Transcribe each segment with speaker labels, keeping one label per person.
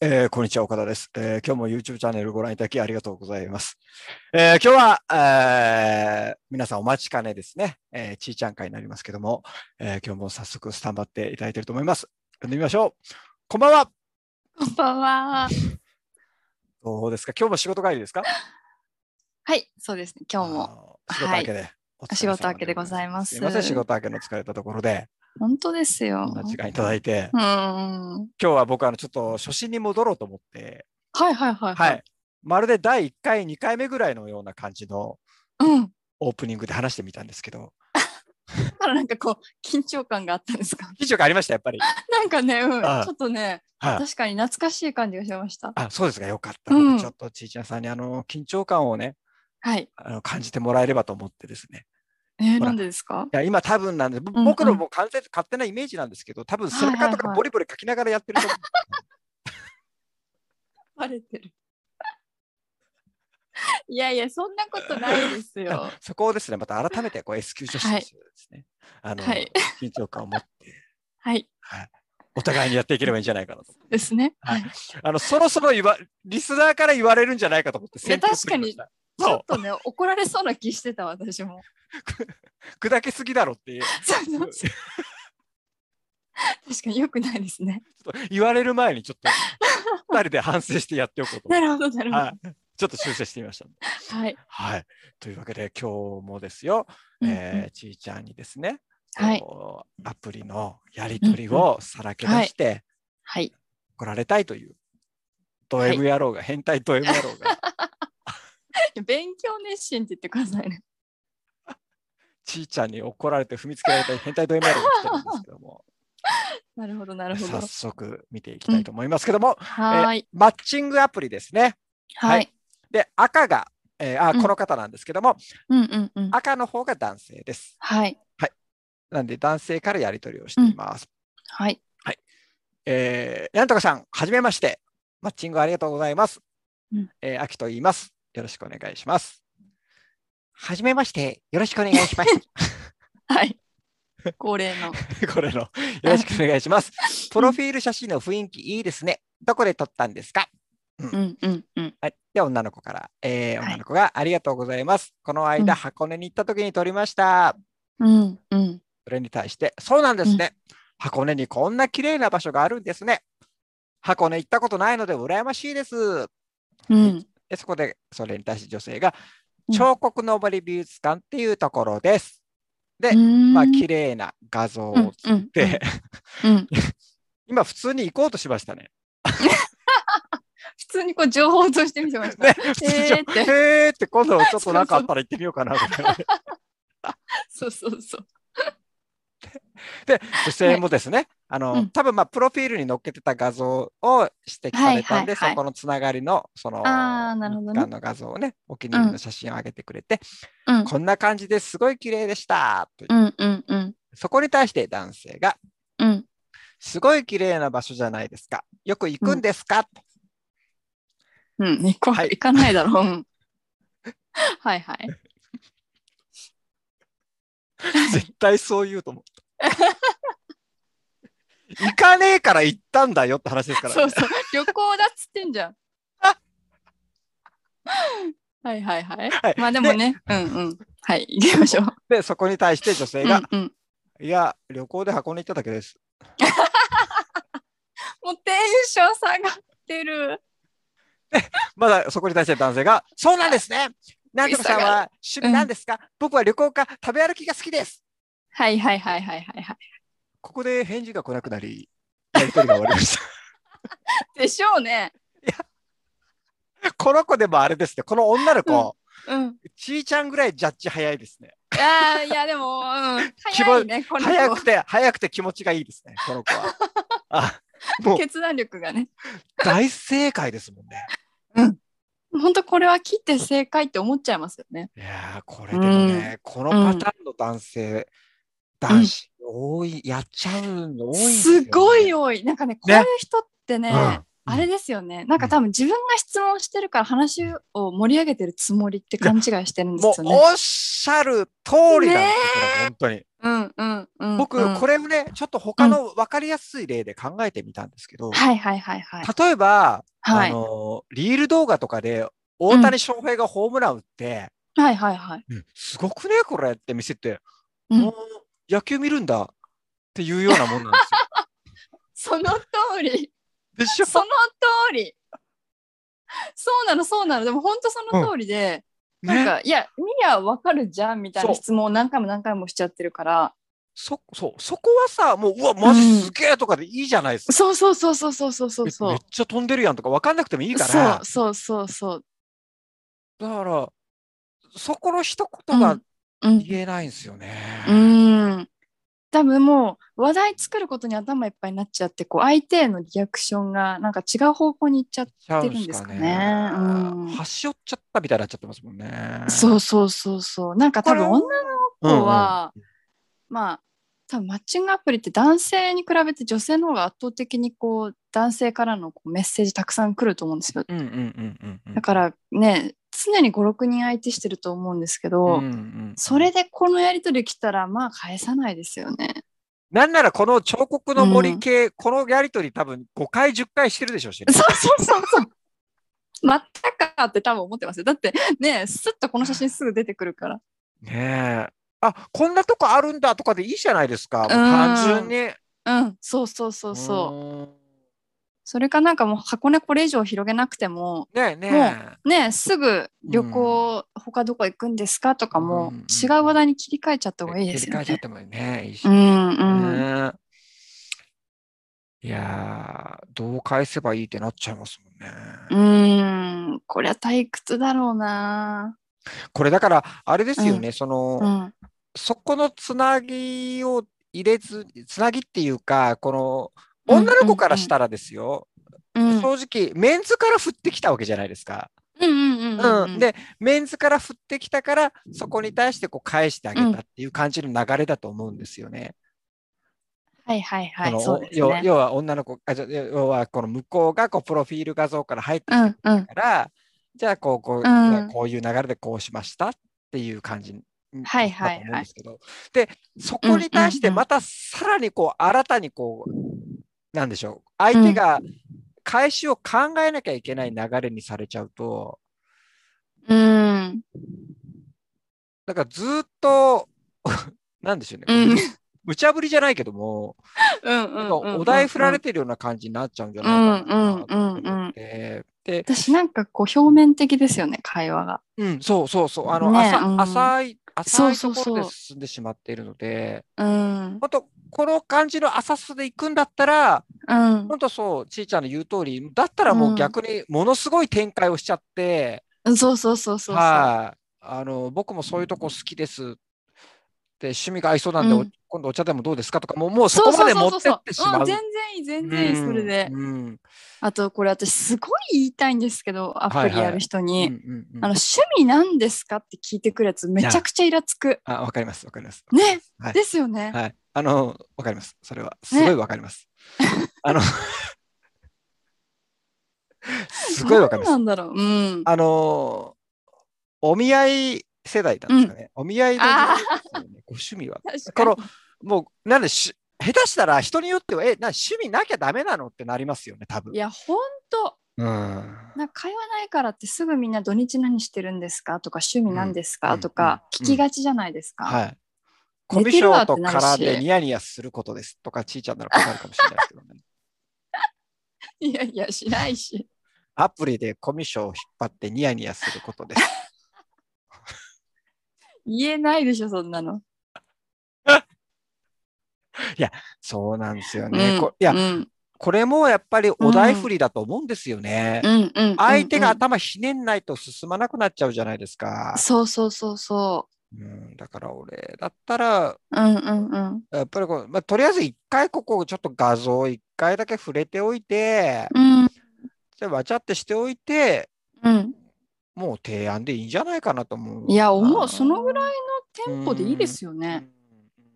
Speaker 1: えーこんにちは、岡田です、えー今日も YouTube チャンネルご覧いただきありがとうございます。えー今日は、えー皆さんお待ちかねですね、えーちーちゃん会になりますけども、えー今日も早速スタンバっていただいていると思います。読んでみましょう。こんばんは。
Speaker 2: こんばんは。
Speaker 1: どうですか今日も仕事帰りですか
Speaker 2: はい、そうですね。今日も。
Speaker 1: あー仕事明けで。お疲れ様
Speaker 2: 仕事明けでございます
Speaker 1: すいません、仕事明けの疲れたところで、
Speaker 2: 本当です
Speaker 1: こ
Speaker 2: よ。
Speaker 1: んな時間いただいて、
Speaker 2: うん。は
Speaker 1: 今日は僕、あの、ちょっと初心に戻ろうと思って、
Speaker 2: いはいはい。
Speaker 1: はい。。まるで第1回、2回目ぐらいのような感じの
Speaker 2: うん。
Speaker 1: オープニングで話してみたんですけど、
Speaker 2: だからなんかこう、緊張感があったんですか
Speaker 1: 緊張感ありました、やっぱり。
Speaker 2: なんかね、うん。ち
Speaker 1: ああ
Speaker 2: ょっとね、
Speaker 1: はい。
Speaker 2: 確かに懐かしい感じがしました。
Speaker 1: あ、そうですか、よかった。
Speaker 2: うん
Speaker 1: 僕ちょっとちいちゃんさんに、あの、緊張感をね、
Speaker 2: はい。
Speaker 1: あの感じてもらえればと思ってですね。
Speaker 2: えー、
Speaker 1: ほら
Speaker 2: なんでですか
Speaker 1: いや、今多分なんで、ぼ
Speaker 2: うん
Speaker 1: 僕のもう完全勝手なイメージなんですけど、多分背中と
Speaker 2: はいはい
Speaker 1: か
Speaker 2: はい
Speaker 1: ボリボリ書きながらやってると思う
Speaker 2: バレてる。 いやいや、そんなことないで すよ。
Speaker 1: そこをですね、また改めてこう S q 女子としてですね、あの、
Speaker 2: はい
Speaker 1: 緊張感を持って、
Speaker 2: はい。
Speaker 1: はい、お互いにやっていければいいんじゃないかなと。
Speaker 2: ですね。
Speaker 1: は
Speaker 2: はいい。
Speaker 1: あの、そろそろ言わ、リスナーから言われるんじゃないかと思って、
Speaker 2: いや
Speaker 1: 先手を取りました
Speaker 2: ちょ
Speaker 1: そ
Speaker 2: っとね、怒られそうな気してた、私も。
Speaker 1: う、砕けすぎだろっていう、
Speaker 2: そうそうそう 確かに良くないですね。
Speaker 1: ちょっと言われる前にち ょっと、二人で反省してやっておこうと思
Speaker 2: な
Speaker 1: っ
Speaker 2: るほど、な
Speaker 1: て。
Speaker 2: るほ
Speaker 1: はい。ちょっと修正してみました。
Speaker 2: ど。はい。
Speaker 1: はい。というわけで、今日もですよ、
Speaker 2: うんう
Speaker 1: え
Speaker 2: ん
Speaker 1: ーちいちゃんにですね、
Speaker 2: はい
Speaker 1: こうアプリのやり取りをさらけ出して、
Speaker 2: はい。
Speaker 1: 来られたいという、ド
Speaker 2: はい
Speaker 1: M 野郎が、変態ド M 野郎 が、
Speaker 2: 勉強熱心って言ってくださいね。
Speaker 1: ちいちゃんに怒られて踏みつけられたい変態ド M 野郎が来てるんですけども、
Speaker 2: なるほ ど、なるほど
Speaker 1: 早。速見ていきたいと思いますけども、
Speaker 2: はーい。
Speaker 1: マッチングアプリですね。は
Speaker 2: はいい。
Speaker 1: で、赤が、えーあ
Speaker 2: うん
Speaker 1: この方なんですけども、
Speaker 2: うんうんうん。
Speaker 1: 赤の方が男性です。
Speaker 2: はい。
Speaker 1: なんで、男性からやり取りをしています。
Speaker 2: はい。
Speaker 1: えーなんとかさん、はじめまして。マッチングありがとうございます。
Speaker 2: うん
Speaker 1: えー、秋と言います。よろしくお願いします。はじめまして。よろしくお願いします。
Speaker 2: はい。 恒例の。
Speaker 1: これの、よろしくお願いします。プロフィール写真の雰囲気いいですね。どこで撮ったんですか
Speaker 2: うんうんうん。
Speaker 1: はい、で、女の子から、えー
Speaker 2: はい
Speaker 1: 女の子がありがとうございます。この間、
Speaker 2: うん
Speaker 1: 箱根に行った時に撮りました。
Speaker 2: うんうん。
Speaker 1: それに対して、そうなんですね。箱根にこんな綺麗な場所があるんですね。箱根行ったことないので羨ましいです。
Speaker 2: うん。
Speaker 1: で、そこで、それに対して女性が
Speaker 2: う、ん
Speaker 1: 彫刻の森美術館っていうところです。で、ま
Speaker 2: ま
Speaker 1: あ、綺麗な画像をつ
Speaker 2: うん
Speaker 1: って、
Speaker 2: うん。
Speaker 1: 今、普通に行こうとしましたね。
Speaker 2: 普通にこう情報として見てました。
Speaker 1: ね、普通に、
Speaker 2: えーっ
Speaker 1: え
Speaker 2: て
Speaker 1: ーって、今度ちょっとなんかあったら行ってみようかなとか ね。
Speaker 2: そうそうそう。
Speaker 1: で、女性もですね、あの、
Speaker 2: うん
Speaker 1: 多分まあ、プロフィールに載っけてた画像を指摘されたんで、
Speaker 2: はいはいはい
Speaker 1: そこのつながりの、その、
Speaker 2: あーなるほどね
Speaker 1: 日韓の画像をね、お気に入りの写真を上げてくれて、
Speaker 2: うん
Speaker 1: こんな感じですごい綺麗でしたという
Speaker 2: うんうんうん。
Speaker 1: そこに対して男性が、
Speaker 2: うん。
Speaker 1: すごい綺麗な場所じゃないですか。よく行くんですか、と
Speaker 2: うん。猫は
Speaker 1: はい
Speaker 2: 行かないだろう。うんはいはい。
Speaker 1: 絶対そう言うと思った。行かねえから行ったんだよって話ですから、ね。
Speaker 2: そうそう。旅行だっつってんじ ゃん。はいはいはい。
Speaker 1: はい
Speaker 2: まあでもね、うんうん。はい、行きましょう。
Speaker 1: で、そこに対して女性
Speaker 2: うん
Speaker 1: が、
Speaker 2: うん、
Speaker 1: いや、旅行で箱根行っただけです。
Speaker 2: もうテンション下がってる。
Speaker 1: まだそこに対して男性が、そうなんですね。なんとかさんは趣味なんですか、僕は旅行か食べ歩きが好きです。
Speaker 2: はいはいはいはいはいはい。
Speaker 1: ここで返事が来なくなり、やりとりが終わりました。
Speaker 2: でしょうね。
Speaker 1: この子でもあれですね、この女の子、
Speaker 2: うん。
Speaker 1: ちいちゃんぐらいジャッジ早いですね。
Speaker 2: ああ、いやでも、うん、
Speaker 1: 希望
Speaker 2: 早いね、この
Speaker 1: 早
Speaker 2: 子
Speaker 1: くて、早くて気持ちがいいですね、この子 は。あもう
Speaker 2: 決断力がね。
Speaker 1: 大正解ですもんね。
Speaker 2: 本当これは切って正解って思っちゃいますよね。
Speaker 1: いやーこれでもね、このパターンの男性、男子、多い、やっちゃうの多いんですよね、
Speaker 2: すごい多い。なんかね、こういう人ってね、
Speaker 1: うん
Speaker 2: あれですよね。なんか多分自分が質問してるから話を盛り上げてるつもりって勘違いしてるんで
Speaker 1: もう
Speaker 2: すよね。
Speaker 1: おっしゃる通りなんですよ、
Speaker 2: ね
Speaker 1: これ本当に。
Speaker 2: うんうんうん。
Speaker 1: 僕、これ
Speaker 2: れ。
Speaker 1: をね、ちょっと他の分かりやすい例で考えてみたんですけど、
Speaker 2: はいはいはいはい。
Speaker 1: 例えば、
Speaker 2: は
Speaker 1: あ
Speaker 2: い。
Speaker 1: の、リール動画とかで、大谷翔平がホームラン打って、
Speaker 2: はいはいはい。
Speaker 1: うんすごくね、これって見せて、
Speaker 2: うん
Speaker 1: もう野球見るんだっていうようなもんなんですよ。
Speaker 2: その通り。
Speaker 1: でしょ
Speaker 2: その通り。そうなのそうなの。でも本当その通りで、なん
Speaker 1: ね、
Speaker 2: か、いや、見りゃわかるじゃんみたい
Speaker 1: そう
Speaker 2: な質問を何回も何回もしちゃってるから。
Speaker 1: そそうそこはさ、もう、うわ、マジすげえとかでいいじゃないですか。
Speaker 2: そうそうそうそうそうそうそう
Speaker 1: め
Speaker 2: そ
Speaker 1: め
Speaker 2: う
Speaker 1: っ。ちゃ飛んでるやんとか分かんなくてもいいから、
Speaker 2: そうそうそうそう。
Speaker 1: だから、そこの一
Speaker 2: う
Speaker 1: 言が
Speaker 2: んうん。
Speaker 1: 言えないんですよね。
Speaker 2: うーん。多分もう話題作ることに頭いっぱいになっちゃってこう相手へのリアクションがなんか違う方向に行っちゃっ
Speaker 1: ちゃ
Speaker 2: てるんですかねうん
Speaker 1: 端折っちゃったみたいになっちゃってますもんね。
Speaker 2: てそうそうそうそうなんか多分
Speaker 1: これ
Speaker 2: 女の子は、まあ多分マッチングアプリって男性に比べて女性の方が圧倒的にこう男性からのこうメッセージたくさん来ると思うんですよ
Speaker 1: うんうんうんうんうん。
Speaker 2: だからね常に56人相手してると思うんですけど、
Speaker 1: うんうん
Speaker 2: それでこのやり取り来たらまあ返さないですよね
Speaker 1: なんならこの彫刻の森系、このやりとり多分5回10回してるでしょうしね、
Speaker 2: そうそうそうそう。またかって多分思ってますよ。だってね、すっとこの写真すぐ出てくるから。
Speaker 1: ねえ。あこんなとこあるんだとかでいいじゃないですか。もう
Speaker 2: うん
Speaker 1: 単純に。
Speaker 2: うん、そうそうそうそう。
Speaker 1: そ
Speaker 2: それかなんかもう箱根これ以上広げなくても、
Speaker 1: う。ねえね
Speaker 2: ね、すぐ旅行、他どこ行くんですかとかも、
Speaker 1: うん
Speaker 2: 違う話題に切り替えちゃった
Speaker 1: え。
Speaker 2: 方がいいです
Speaker 1: 切
Speaker 2: よ
Speaker 1: り替えちゃっ
Speaker 2: ね。
Speaker 1: てもね。いいし
Speaker 2: う
Speaker 1: ね
Speaker 2: んうん。
Speaker 1: いやー、どう返せばいいってなっちゃいますもんね。
Speaker 2: うん、こりゃ退屈だろうな。
Speaker 1: これだから、あれですよね、その、
Speaker 2: うん、
Speaker 1: そこのつなぎを入れず、つなぎっていうか、この、
Speaker 2: うん
Speaker 1: 女の子からしたらですよ、
Speaker 2: うん、うん
Speaker 1: 正直、メンズから降ってきたわけじゃないですか。
Speaker 2: うんうんう
Speaker 1: うん
Speaker 2: ん。、
Speaker 1: で、メンズから降ってきたから、そこに対してこう返してあげたっていう感じの流れだと思うんですよね。
Speaker 2: はいはいは
Speaker 1: あの
Speaker 2: い、そうです
Speaker 1: 要
Speaker 2: ね。
Speaker 1: 要は女の子、あじゃ要はこの向こうがこうプロフィール画像から入って
Speaker 2: う
Speaker 1: き
Speaker 2: んうん。
Speaker 1: たから、じゃあこうこう、
Speaker 2: うん
Speaker 1: こういう流れでこうしましたっていう感じ
Speaker 2: はいはいは
Speaker 1: だ
Speaker 2: い
Speaker 1: と思うんですけど、でそこに対して
Speaker 2: うんうんうん
Speaker 1: またさらにこう新たにこう、なんでしょう相手が返しを考えなきゃいけない流れにされちゃうと、
Speaker 2: うん。
Speaker 1: なんかずっと なんでしょう
Speaker 2: う
Speaker 1: ね、
Speaker 2: ん。
Speaker 1: 無茶ぶりじゃないけども、
Speaker 2: うんうんうんうん
Speaker 1: お題振られてるような感じになっちゃうんじゃないかなと思って。で
Speaker 2: 私なんかこう表面的ですよね会話が。
Speaker 1: うん、そうそうそう。あの、
Speaker 2: ね
Speaker 1: 浅
Speaker 2: うん
Speaker 1: 浅い、浅いと
Speaker 2: そうそう
Speaker 1: こ
Speaker 2: そう
Speaker 1: ろで進んでしまっているので、
Speaker 2: うん
Speaker 1: 本当この感じの浅さで行くんだったら、
Speaker 2: うん
Speaker 1: 本当そう、ちいちゃんの言う通り、だったらもう逆にものすごい展開をしちゃって、
Speaker 2: そうそうそうそうそう。
Speaker 1: はい、あの、僕もそういうとこ好きです。で趣味が合いそうなんで、
Speaker 2: うん
Speaker 1: お今度お茶でもどうですかとか、もうもうそ
Speaker 2: そ
Speaker 1: こ
Speaker 2: う
Speaker 1: ま
Speaker 2: そう
Speaker 1: で
Speaker 2: そ
Speaker 1: 持
Speaker 2: う
Speaker 1: っ
Speaker 2: そう
Speaker 1: て
Speaker 2: そ
Speaker 1: っ
Speaker 2: う。
Speaker 1: てしまう。
Speaker 2: うん全然いい全然いいそれで。
Speaker 1: うんうん
Speaker 2: あとこれ私すごい言いたいんですけどアプリやる人に、
Speaker 1: うんうんうん
Speaker 2: あの趣味なんですかって聞いてくるやつめちゃくちゃイラつく。
Speaker 1: あわかります、わかります。
Speaker 2: ね、
Speaker 1: はい
Speaker 2: ですよね。
Speaker 1: はい。あの、わかります。それは。す
Speaker 2: ね
Speaker 1: ごいわかり ます。あの、すごいわかります。
Speaker 2: 何なんだろう。うん。
Speaker 1: あの、お見合い世代なんですかね。お見合いの時代ですよね、ご趣味は。この
Speaker 2: 確かに、
Speaker 1: もう、なんでし、下手したら人によっては、え、な趣味なきゃダメなのってなりますよね、多分
Speaker 2: い。や本当
Speaker 1: うん。
Speaker 2: なんか会話ないからってすぐみんな土日何してるんですかとか趣味なんです
Speaker 1: うん
Speaker 2: か、
Speaker 1: うん
Speaker 2: とか聞きがちじゃないですか。
Speaker 1: はい。コ
Speaker 2: 寝
Speaker 1: ミュ
Speaker 2: てるわ
Speaker 1: 障
Speaker 2: っ
Speaker 1: と
Speaker 2: てなるし
Speaker 1: 絡んでニヤニヤすることですとか、ちいちゃんならわかるかもしれないですけどね。
Speaker 2: いやいや、しないし。
Speaker 1: アプリでコミュ障を引っ張ってニヤニヤすることです。
Speaker 2: 言えないでしょ、そんなの。
Speaker 1: そうなんですよね。
Speaker 2: うん
Speaker 1: こいや、
Speaker 2: うん、
Speaker 1: これもやっぱりお題振りだと思うんですよね。
Speaker 2: うん、うん。
Speaker 1: 相手が
Speaker 2: うん
Speaker 1: 頭ひねんないと進まなくなっちゃうじゃないですか。
Speaker 2: そうそうそうそ
Speaker 1: うん、だから俺だったら、
Speaker 2: う。うん、うん、うん。
Speaker 1: やっぱりこう、まあ、とりあえず一回ここをちょっと画像を一回だけ触れておいて、
Speaker 2: うん、
Speaker 1: でわちゃってしておいて、
Speaker 2: うん。
Speaker 1: もう提案でいいんじゃないかなと思う。
Speaker 2: いや、思う。そのぐ
Speaker 1: い
Speaker 2: らいのテンポでいいですよね。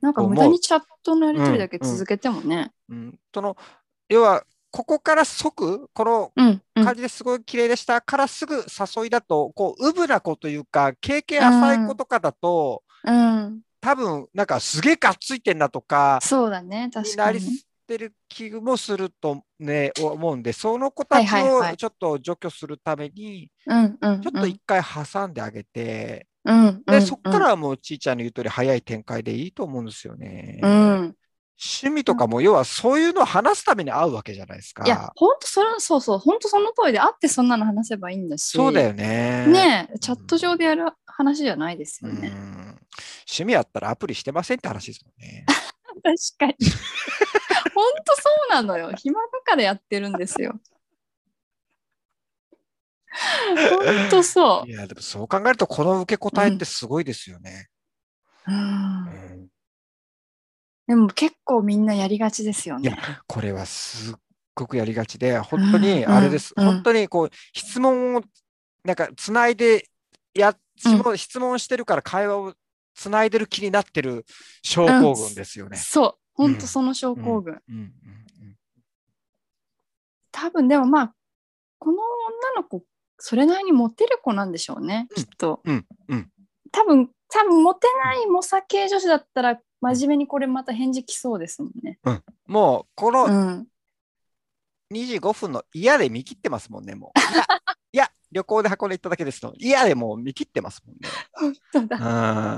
Speaker 2: なんか
Speaker 1: と
Speaker 2: 無
Speaker 1: 思う
Speaker 2: 駄にチャットのやりとりだけ続けてもね。
Speaker 1: うん、その要はここから即、この
Speaker 2: うん、うん
Speaker 1: 感じですごい綺麗でしたからすぐ誘いだと、こう、うぶな子というか、経験浅い子とかだと、
Speaker 2: うん、
Speaker 1: 多分、なんかすげえがっついてんなとか、
Speaker 2: そうだね
Speaker 1: に
Speaker 2: 確
Speaker 1: な
Speaker 2: か
Speaker 1: り
Speaker 2: に
Speaker 1: すってる気もするとね、思うんで、その子たち
Speaker 2: はいはいは
Speaker 1: を
Speaker 2: い
Speaker 1: ちょっと除去するために、
Speaker 2: うんうん
Speaker 1: ちょっと一回挟んであげて、
Speaker 2: うんうん
Speaker 1: で、そっか
Speaker 2: うん
Speaker 1: らはもうちいちゃんの言う通り早い展開でいいと思うんですよね。
Speaker 2: うん、
Speaker 1: 趣味とかも、要はそういうのを話すために会うわけじゃないですか。
Speaker 2: いや本当それそうそう本当その通りで会ってそんなの話せばいいんだし
Speaker 1: そうだよね。
Speaker 2: ねえチャット上でやる話じゃないです
Speaker 1: う
Speaker 2: よ
Speaker 1: ん
Speaker 2: ね、
Speaker 1: 趣味やったらアプリしてませんって話ですもんね。
Speaker 2: 確かに 本当そうなのよ暇だからやってるんですよ本当そ
Speaker 1: いや、でもそう考えると、この受け答えってすごいですよね。
Speaker 2: う、うん
Speaker 1: うん
Speaker 2: でも結構みんなやりがちですよ
Speaker 1: いや
Speaker 2: ね。
Speaker 1: これはすっごくやりがちで、本当に
Speaker 2: うん
Speaker 1: あれです。
Speaker 2: うん
Speaker 1: 本当にこう、質問をなんかつないでや、質問質問してるから会話をつないでる気になってる症候群ですよね。
Speaker 2: そう、本当その症候群。
Speaker 1: うんうんうん
Speaker 2: 多分でもまあ、この女の子、それなりにモテる子なんでしょうね、
Speaker 1: うん
Speaker 2: きっと。
Speaker 1: うんうん
Speaker 2: 多分、多分モテない猛者系女子だったら、真面目にこれまた返事来そうですもんね。
Speaker 1: もう、こ
Speaker 2: う
Speaker 1: の
Speaker 2: ん。
Speaker 1: 25分の嫌で見切ってますもんね、もう。いや、いや旅行で箱根行っただけですの。嫌でもう見切ってますもんね。
Speaker 2: そうだ。
Speaker 1: う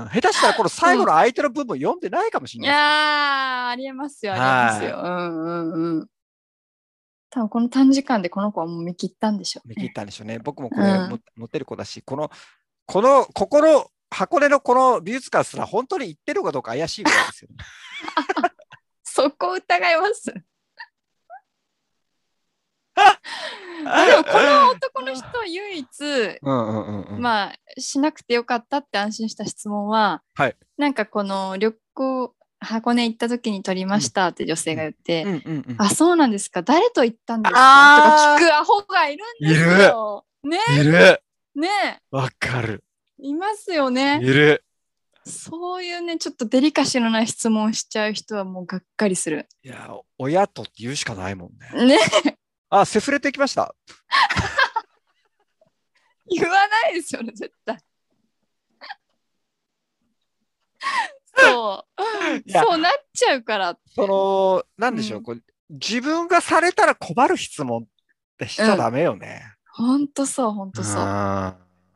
Speaker 1: ん下手したらこの最後の相手の文も読んでないかもし
Speaker 2: い
Speaker 1: れ
Speaker 2: や
Speaker 1: ない。
Speaker 2: ー、ありえますよ、ありえますよ。うんうんうん。多分この短時間でこの子はもう見切ったんでしょう
Speaker 1: 見切っ
Speaker 2: ね。
Speaker 1: たんでしょうね。僕もこれ
Speaker 2: うん
Speaker 1: も持ってる子だし、この、この、ここの、箱根のこの美術館すら本当に行ってるかどうか怪しいぐらいですよ、 ね。
Speaker 2: そこ疑 います。でもこの男の人は唯一、
Speaker 1: うんうんうんうん。
Speaker 2: まあしなくてよかったって安心した質問は、
Speaker 1: はい
Speaker 2: なんかこの旅行箱根行った時に撮りましたって女性が言って
Speaker 1: う
Speaker 2: 「
Speaker 1: んうんうん
Speaker 2: あそうなんですか誰と行ったんですか?」
Speaker 1: あー
Speaker 2: とか聞くアホがいるんですよ。ね
Speaker 1: いる
Speaker 2: ね
Speaker 1: わかる。
Speaker 2: いますよね。
Speaker 1: る。
Speaker 2: そういうねちょっとデリカシーのない質問しちゃう人はもうがっかりする。
Speaker 1: いや、親とって言うしかないもんね。
Speaker 2: ね
Speaker 1: あ、セフレと行きました。
Speaker 2: 言わないですよね絶対。 そう
Speaker 1: いや
Speaker 2: そうなっちゃうからって。
Speaker 1: その、なんでしょう、
Speaker 2: うん
Speaker 1: こう自分がされたら困る質問ってしちゃダメよね。
Speaker 2: ほんとそう、ほんとそう。
Speaker 1: ん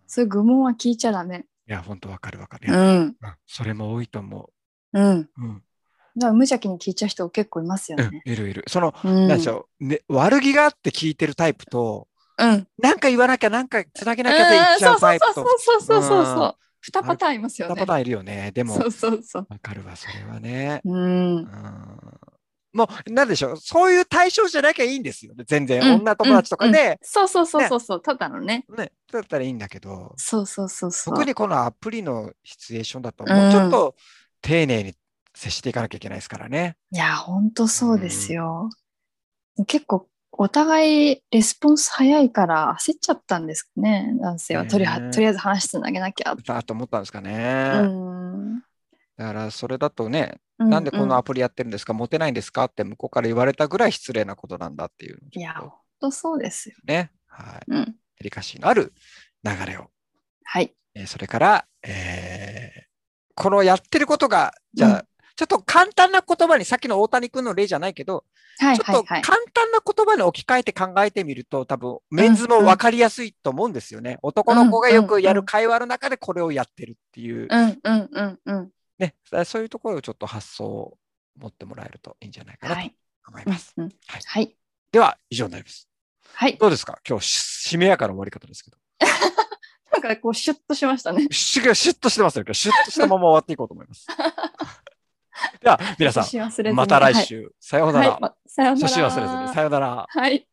Speaker 2: そういう愚問は聞いちゃダメ。
Speaker 1: いや、本当わかるわかる、
Speaker 2: うん。
Speaker 1: うんそれも多いと思
Speaker 2: うん。
Speaker 1: う。うん。
Speaker 2: だから無邪気に聞いちゃう人結構いますよね。
Speaker 1: いるいる。その、
Speaker 2: うん。
Speaker 1: なんでしょう、ね、悪気があって聞いてるタイプと、
Speaker 2: うん。
Speaker 1: なんか言わなきゃ、なんかつなげなきゃで言っ
Speaker 2: うん
Speaker 1: ちゃ
Speaker 2: そううそ
Speaker 1: タイ
Speaker 2: う
Speaker 1: プ
Speaker 2: そ
Speaker 1: と。
Speaker 2: うそうそうそうそうう。二パターンいますよ
Speaker 1: 二
Speaker 2: ね
Speaker 1: パ。ターンいるよね。でも、
Speaker 2: そうそうそう。
Speaker 1: わかるわ、それはね。
Speaker 2: うん
Speaker 1: う。んもう、なんでしょう、そういう対象じゃなきゃいいんですよね。全然、
Speaker 2: うん
Speaker 1: 女友達とかで、
Speaker 2: そうそうそうそうそう。ただのね。
Speaker 1: ね、だったらいいんだけど、
Speaker 2: そうそうそうそう。
Speaker 1: 特にこのアプリのシチュエーションだと、
Speaker 2: うん
Speaker 1: もうちょっと丁寧に接していかなきゃいけないですからね。
Speaker 2: いや、ほんとそうですよ。結構、お互いレスポンス早いから焦っちゃったんですかね。男性はとり,、
Speaker 1: ね
Speaker 2: は
Speaker 1: え
Speaker 2: とりあえず話つなげなきゃ。
Speaker 1: だと思ったんですかね。
Speaker 2: うん。
Speaker 1: だから、それだとね、
Speaker 2: う
Speaker 1: なんでこ
Speaker 2: う
Speaker 1: のアプリやってるんですか、モテないんですかって向こうから言われたぐらい失礼なことなんだっていう。
Speaker 2: いや、本当そうですよ。
Speaker 1: ね。はい。
Speaker 2: うん。
Speaker 1: デリカシーのある流れを。
Speaker 2: はい。
Speaker 1: えーそれから、えーこのやってることが、じゃあ、
Speaker 2: うん
Speaker 1: ちょっと簡単な言葉に、さっきの大谷君の例じゃないけど、
Speaker 2: はい
Speaker 1: ち
Speaker 2: は
Speaker 1: ょっ
Speaker 2: い
Speaker 1: と簡
Speaker 2: はい。
Speaker 1: 単な言葉に置き換えて考えてみると、多分メンズも分かりやすいと思うんですよね。男の子がよくやる会話の中でこれをやってるっていう、
Speaker 2: うんうんうんうん。
Speaker 1: ね、そういうところをちょっと発想を持ってもらえるといいんじゃないかな
Speaker 2: は
Speaker 1: と
Speaker 2: い。
Speaker 1: 思い
Speaker 2: うん
Speaker 1: ます。
Speaker 2: うん
Speaker 1: はい
Speaker 2: はい。
Speaker 1: では、以上になります。
Speaker 2: はい。
Speaker 1: どうですか今日し、しめやかな終わり方ですけど。
Speaker 2: なんかこう、シュッとしましたね。
Speaker 1: しシュッとしてますよ。今日シュッとしたまま終わっていこうと思い ます。では、皆さん、
Speaker 2: ん
Speaker 1: また来。週。さような
Speaker 2: はい
Speaker 1: ら。
Speaker 2: はいまさような
Speaker 1: 写
Speaker 2: ら。
Speaker 1: 真忘れずに。さようなら。
Speaker 2: はい。